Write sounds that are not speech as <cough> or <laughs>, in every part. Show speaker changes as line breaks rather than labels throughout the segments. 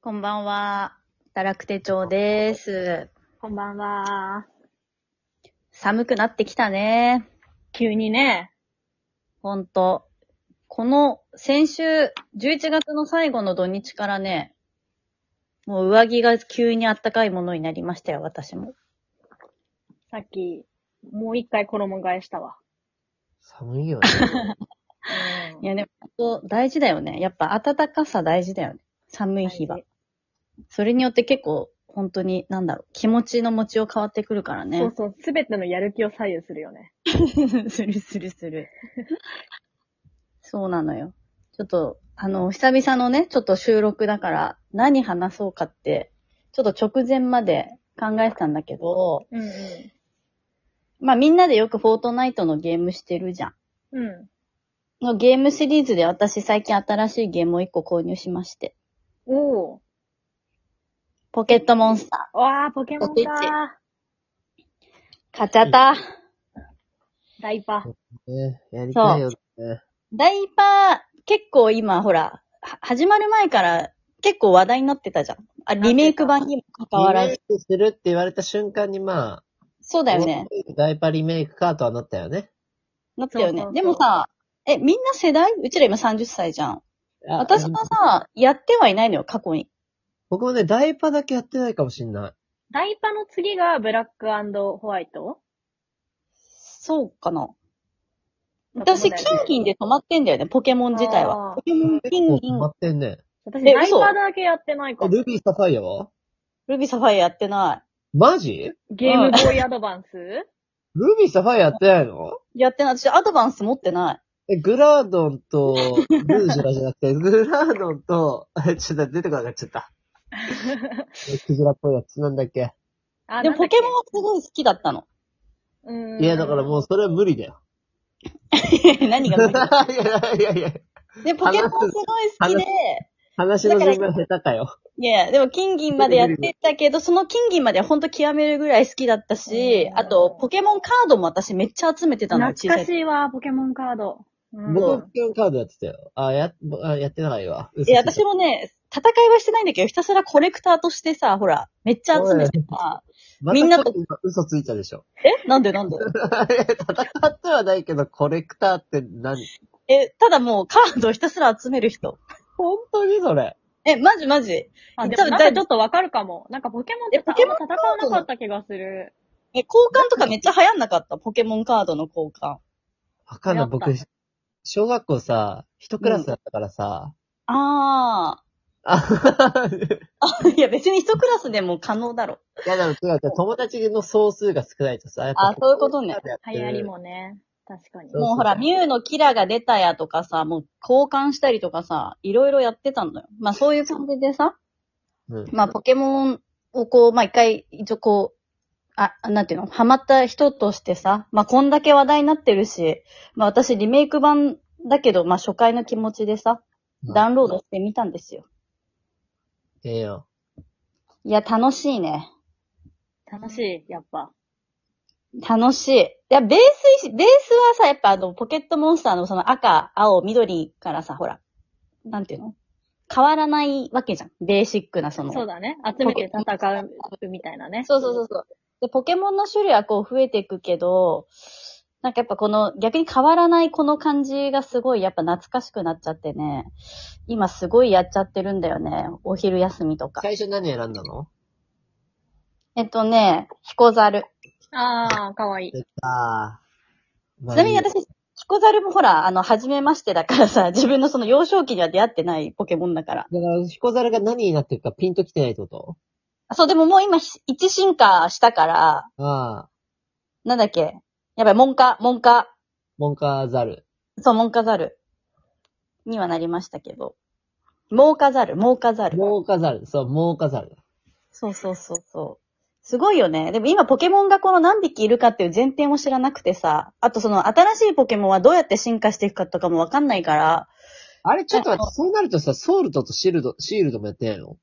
こんばんは。堕落手帳です。
こんばんは。
寒くなってきたね。
急にね。
ほんと。この、先週、11月の最後の土日からね、もう上着が急にあったかいものになりましたよ、私も。
さっき、もう一回衣替えしたわ。
寒いよね。
いやでも、ほんと大事だよね。やっぱ暖かさ大事だよね。寒い日は
大。
それによって結構、本当に、なんだろう、気持ちの持ちよう変わってくるからね。
そうそう、すべてのやる気を左右するよね。
<laughs> するするする。そうなのよ。ちょっと、あの、久々のね、ちょっと収録だから、何話そうかって、ちょっと直前まで考えてたんだけど、
うん
まあみんなでよくフォートナイトのゲームしてるじゃん。
うん。う
のゲームシリーズで私最近新しいゲームを1個購入しまして。
ん。お
ポケットモンスタ
ー。わー、ポケモン
ポテ
か
ー。買っちゃった。
ー。ダイパー。
<laughs>
ねやりたいよね。
ダイパー、結構今ほら、は始まる前から結構話題になってたじゃん。あ、リメイク版にも関わら
リメ
ず。
イクするって言われた瞬間にまあ、
そうだよね。
ダイパリメイクかとはなったよね。
なったよね。
そうそうそう
でもさ、え、みんな世代うちら今30歳じゃん。
あ
私はさ、やってはいないのよ、過去に。
僕もね、ダイパだけやってないかもしんない。
ダイパーの次がブラックホワイト
そうかな。
そこまで
私、金銀で止まってんだよね、ポケモン自体
あー
は。ポケモン、
結構
金
決
銀
ま、ってんね。
私、
え
ダイパ
嘘
ーだけやってないか
あ
も。
ルビーサファイアは
ルビーサファイアやってな
マジ
ゲームボーイアドバンス
ルビーサファイアやってないの
い。やってない。私、アドバンス持ってない。
え、グラードンと、ルージュラじゃな
<laughs>
くて、グラードンと、えちょっと出てこなくなっちゃった。えクジラっぽいやつなんだっけ。
あ
でも、ポケモンはすごい好きだったの。 <laughs>
ン
いや、だからもうそれは無理だよ。
何
い
が無理
や <laughs> いやいや、
で、ポケモンすごい好きで、
話の順番下手かよ。
いや、でも金銀までやってたけど、その金銀までは本当極めるぐらい好きだったし
う、ん
あと、ポケモンカードも私めっちゃ集めてたの、小
懐
さい
かしいわ、ポケモンカード。うん
僕もポケモンカードやってたよ。あ、や、ぼあやってないわ。
いや、私もね、戦いはしてないんだけど、ひたすらコレクターとしてさ、ほら、めっちゃ集めてさ、み
み
ん
ん
な
な
と
と。嘘ついたでしょ。
えなんでなんで
戦ってはないけど、コレクターって何
え、ただもうカードをひたすら集める人。
本当にそれ。
え、マジマジ。
あ、で
多分
もなんかちょっとわかるかも。なんかポケモンって
えポ
さ、
ケ
あん
モ
ま
ン
戦わなかった気がする。
え、交換とかめっちゃ流行んなかった、ポケモンカードの交換。
わかんな
や
い。
った
僕、小学校さ、一クラスだったからさ、
あ
<laughs> あ
ー。 <laughs> いや、別に一クラスでも可能だろ。
いや、でも違う違う。友達の総数が少ないとさ、やっぱ
あそういうことね
ポケモンカー
流
ドや
行
ってる
りもね。確かに。
そう
もうほら、ミュウのキラが出たやとかさ、もう交換したりとかさ、いろいろやってたのよ。まあそういう感じでさ、
うん。
まあ、ポケモンをこう、まあ、一回、一応こう、あ、なんていうのハマった人としてさ、まあ、こんだけ話題になってるし、まあ、私リメイク版だけど、まあ、初回の気持ちでさ、
うん
ダウンロードしてみたんですよ。
ええよ。
いや、楽しいね。
楽しい、やっぱ。
楽しい。いや、ベース、ベースはさ、やっぱあの、ポケットモンスターのその赤、青、緑からさ、ほら、なんていうの変わらないわけじゃん。ベーシックなその。
そうだね。集めて戦うみたいなね。
そうそうそうそう。で、ポケモンの種類はこう増えていくけど、なんかやっぱこの逆に変わらないこの感じがすごいやっぱ懐かしくなっちゃってね、今すごいやっちゃってるんだよね。お昼休みとか。
最初何選んだの
えっとね、ヒコザル。
あー、かわいい。
出たー。
ちなみに私、ヒコザルもほら、あの、初めましてだからさ、自分のその幼少期には出会ってないポケモンだから。
だから、ヒコザルが何になってるかピンときてないってこと
あそう、でももう今ひ一進化したから、
ああ、
なんだっけ。やばい、モンカ、モンカ。
モンカーザル。
そう、モンカザルにはなりましたけど。モーカザル、モーカ <laughs> ザル。
モーカザル。そう、モーカザル。
そうそうそうそう。すごいよね。でも今ポケモンがこの何匹いるかっていう前提も知らなくてさ、あとその新しいポケモンはどうやって進化していくかとかもわかんないから、
あれ、ちょっと待って、そうなるとさ、ソウルトとシールド、シールドもやってないの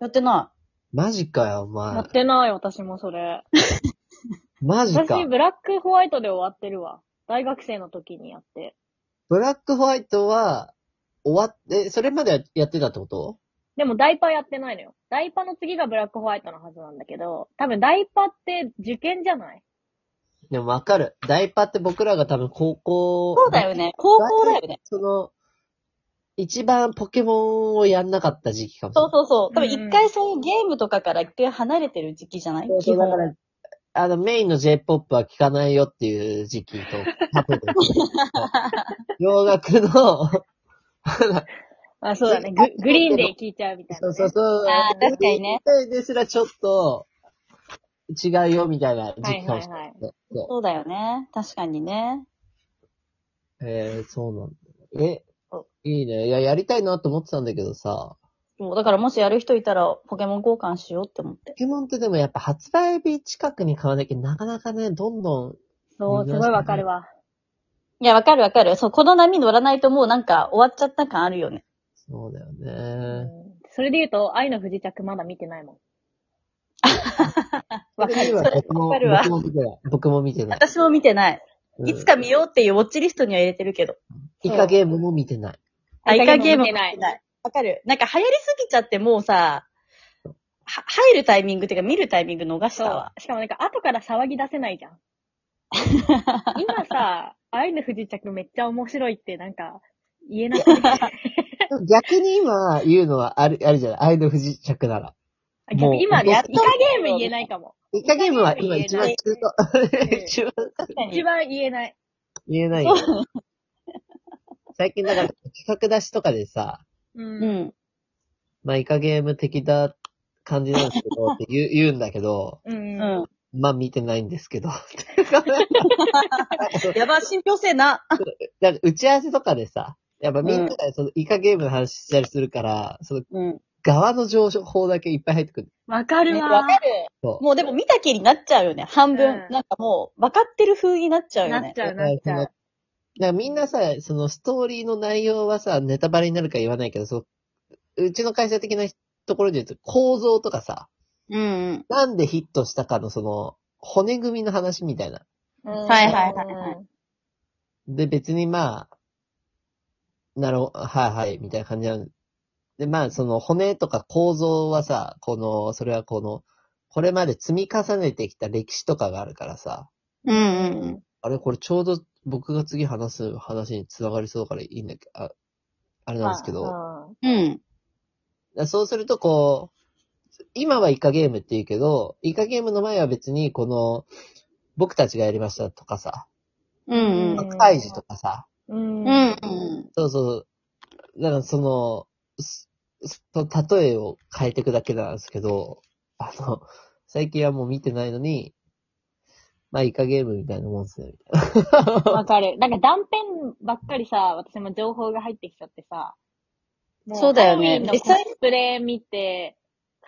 やってな
マジかよ、お
や
前
っ。てない、私もそれ。
マジか
私、。ブラックホワイトで終わってるわ。大学生の時にやって。
ブラックホワイトは、終わって、それまでやってたってこと
でもダイパーやってないのよ。ダイパーの次がブラックホワイトのはずなんだけど、多分ダイパーって受験じゃない
でもわかる。ダイパって僕らが多分高校。
そうだよね。高校だよね。
その、一番ポケモンをやんなかった時期かもしれ
そう
ない。
そうそう。多分
うん
一回そういうゲームとかから一回離れてる時期じゃない基
だか
本。
ら、あの、メインの J-POP は聴かないよっていう時期と、
<laughs>
多分。洋楽の、
あ、そうだね。ググリーンで聞いちゃうみたいな
そう
ね。
そうそ
<laughs>
う。
あー確かにね。
ですらちょっと、違うよみたいな時期かもしれな
は
い。
いはい
そう
そうだよね。確かにね。
えー、そうなんだ。え
そ、
いいね。いや、やりたいなと思ってたんだけどさ、
もうだからもしやる人いたらポケモン交換しようって思って
ポ。ケモンってでもやっぱ発売日近くに買わなきゃなかなかね、どんどん、
そう、すごいわかるわ。
いや、わかるわかる。そう、この波乗らないともうなんか終わっちゃった感あるよね。
そうだよ
う
ね。
んそれで言うと、愛の不時着まだ見てないもん。わかる。
る僕も、
わかるわ
僕も見てない。僕も見てない。
私も見てない。
うん
いつか見ようっていうウォッチリストには入れてるけど。
イカゲームも見てない。
あ、イカゲームも
見てない
見てないわかる。なんか流行りすぎちゃってもうさ、は入るタイミングっていうか見るタイミング逃し
そ
た
う
わ。。
しかもなんか後から騒ぎ出せないじゃん。
<laughs>
今さ、愛の不時着めっちゃ面白いってなんか言えなくて。
でも逆に今言うのはある、あるじゃない。愛の不時着なら。
あ逆に今、
もう
やっとイカゲーム言えないかも。
イカゲームは今一番中
え
<laughs> 途、
え
一番
確か
一
に。
番言えない。
言えないよ。 <laughs> 最近だから企画出しとかでさ、
う。
うんん。
まあイカゲーム的だ感じなんですけど、って言う言うんだけど、
う
う。
んん。
まあ見てないんですけど。
やば、信憑性な。
なんか打ち合わせとかでさ、やっぱみんながそのイカゲームの話したりするから、その
うん。
側の情報だけいっぱい入ってくる。
わかる
ねわ
わ。
かる。
そう。
もうでも見た気になっちゃうよね。半分。
うん
なんかもう、分かってる風になっちゃう
な
よ
っ
ね
ち。ゃう、なっちゃう。。
だからみんなさ、そのストーリーの内容はさ、ネタバレになるから言わないけど、そのうちの会社的なところで言うと構造とかさ、
うん
なんでヒットしたかのその骨組みの話みたいな。
んはいはいはいはい
で、別にまあ、なるほど、はいはい、みたいな感じなんで、まあ、その骨とか構造はさ、この、それはこの、これまで積み重ねてきた歴史とかがあるからさ、
うん。うんうんうん。
あれ、これちょうど僕が次話す話に繋がりそうだからいいんだけど、ああれなんですけど、だか
ど。
うん。
らそうするとこう、今はイカゲームって言うけど、イカゲームの前は別にこの、僕たちがやりましたとかさ、
うんうん。
ん
開示とかさ、
うん。
うんうん。
そうそう。だからその、すその例えを変えていくだけなんですけど、あの、最近はもう見てないのに、まあ、イカゲームみたいなもんですね。
<laughs> わかる。なんか断片ばっかりさ、私も情報が入ってきちゃってさ。も
そうだよね
ハロウィンの
実
コ
際
スプレ見て、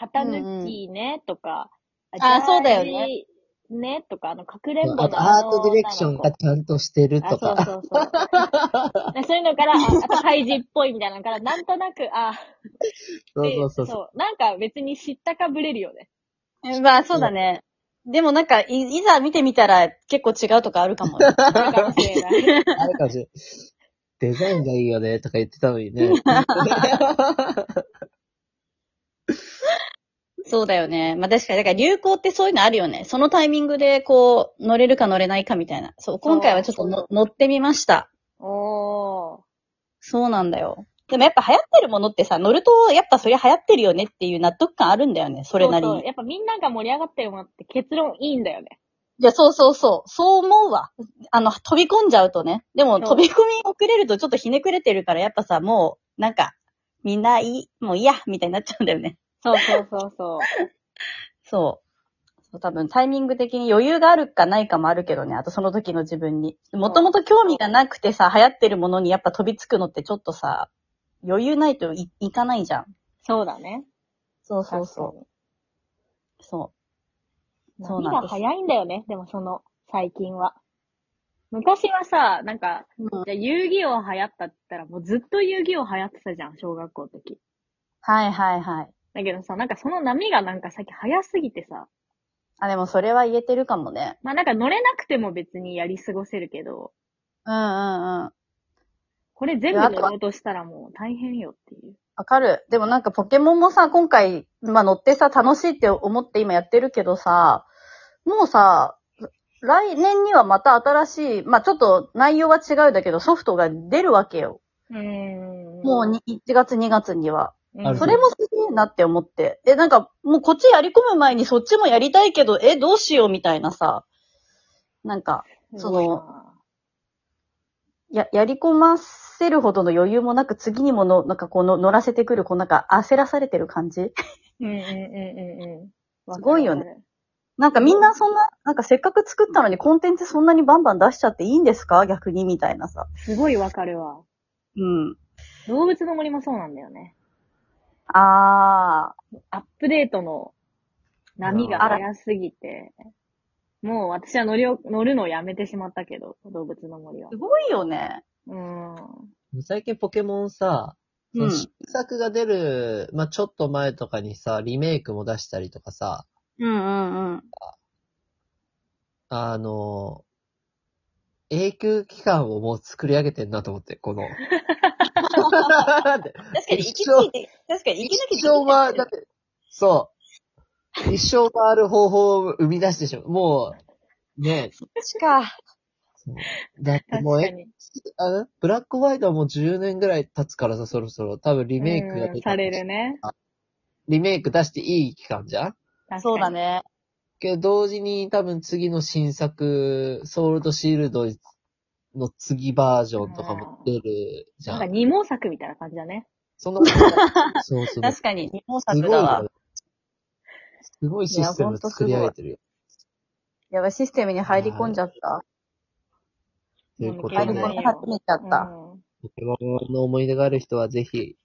型抜きね、とか。
あそうだよね。
ね、とか、あの、かくれんぼの
あと、アートディレクションがちゃんとしてる
あ
とか。
そうそうそう。 <laughs> でそういうのから、ああと、ハイジっぽいみたいなのから、なんとなく、あ、
そうそうそう
で
そう。
う。なんか別に知ったかぶれるよ
<laughs>
ね。
まあ、そうだね。でもなんか、い、いざ見てみたら結構違うとかあるかも
<laughs>
ね。
なんかもしれない。
あるかもしれない。デザインがいいよね、とか言ってたのに <laughs> ね。
そうだよね。まあ確かに、だから流行ってそういうのあるよね。そのタイミングでこう、乗れるか乗れないかみたいな。そう、今回はちょっとの乗ってみました。
おー。
そうなんだよ。でもやっぱ流行ってるものってさ、乗るとやっぱそりゃ流行ってるよねっていう納得感あるんだよね、それなり
うそう
に。
やっぱみんなが盛り上がってるものって結論いいんだよね。
いや、そうそうそう。そう思うわ。あの、飛び込んじゃうとね。でも
そう
飛び込み遅れるとちょっとひねくれてるから、やっぱさ、もう、なんか、みんないい、もういいや、みたいになっちゃうんだよね。
そうそうそうそう。
そう。そう多分タイミング的に余裕があるかないかもあるけどね。あとその時の自分に。もともと興味がなくてさ、流行ってるものにやっぱ飛びつくのってちょっとさ、余裕ないといいかないじゃん。
そうだね。
そうそうそう。そそう
波
なん
が
です
早いんだよね。でもその、最近は。昔はさ、なんか、
う。うん
じゃあ遊戯王流行ったって言ったら、もうずっと遊戯王流行ってたじゃん、小学校の時。
はいはいはい。
だけどさ、なんかその波がなんか最近早すぎてさ、
あ、でもそれは言えてるかもね。
まあなんか乗れなくても別にやり過ごせるけど、
うんうんうん。
これ全部乗ろうとしたらもう大変よっていう。
わかる。でもなんかポケモンもさ、今回、まあ乗ってさ、楽しいって思って今やってるけどさ、もうさ、来年にはまた新しい、まあちょっと内容は違うだけど、ソフトが出るわけよ。
うーん。
もうに1月2月には。
うん、
ある
それもすげえなって思って。え、なんか、もうこっちやり込む前にそっちもやりたいけど、え、どうしようみたいなさ。なんか、その
すごいな
や、やり込ませるほどの余裕もなく、次にもの、なんかこの乗らせてくる、こうなんか焦らされてる感じ <laughs>
うんうんうんうんうん。
すごいよね
わかるわかる。
なんかみんなそんな、なんかせっかく作ったのにコンテンツそんなにバンバン出しちゃっていいんですか逆にみたいなさ。
すごいわかるわ。
うん。
動物の森もそうなんだよね。
あ
アップデートの波が早すぎて、もう私は乗りを、乗るのをやめてしまったけど、動物の森は
ー、す。ごいよね。
うーん。
最近ポケモンさ、
うん。
新作が出る、まあ、ちょっと前とかにさ、リメイクも出したりとかさ、
うんうんうん。
あの、永久期間をもう作り上げてんなと思って、
<laughs>
この。だっ
確
てかに息抜き
て、確かに
一生は、だって、そう。一生回る方法を生み出してしまう。もう、ね
しか。
だって
確
もう、
か
え、
に。
あのブラックホワイトはもう10年ぐらい経つからさ、そろそろ。多分リメイクが
うん
出
さ
たら
れるね。
リメイク出していい期間じゃん
<laughs> そうだ
ね。
ね。
けど、同時に多分次の新作、ソウルドシールドの次バージョンとかも出るじ
な
ゃ
んか
ん。
二毛作みたいな感じだね。
そん
<laughs>
なことない。そうそう。
確かに、日本
す
作
ごい
だわ
よ。。すごいシステム作り上げてるよ。
やばい、システムに入り込んじゃった。
ということ
や
入り
ほんとすご
込
い
み始めちゃった。
うん
ポケモンの思い出がある人はぜひ、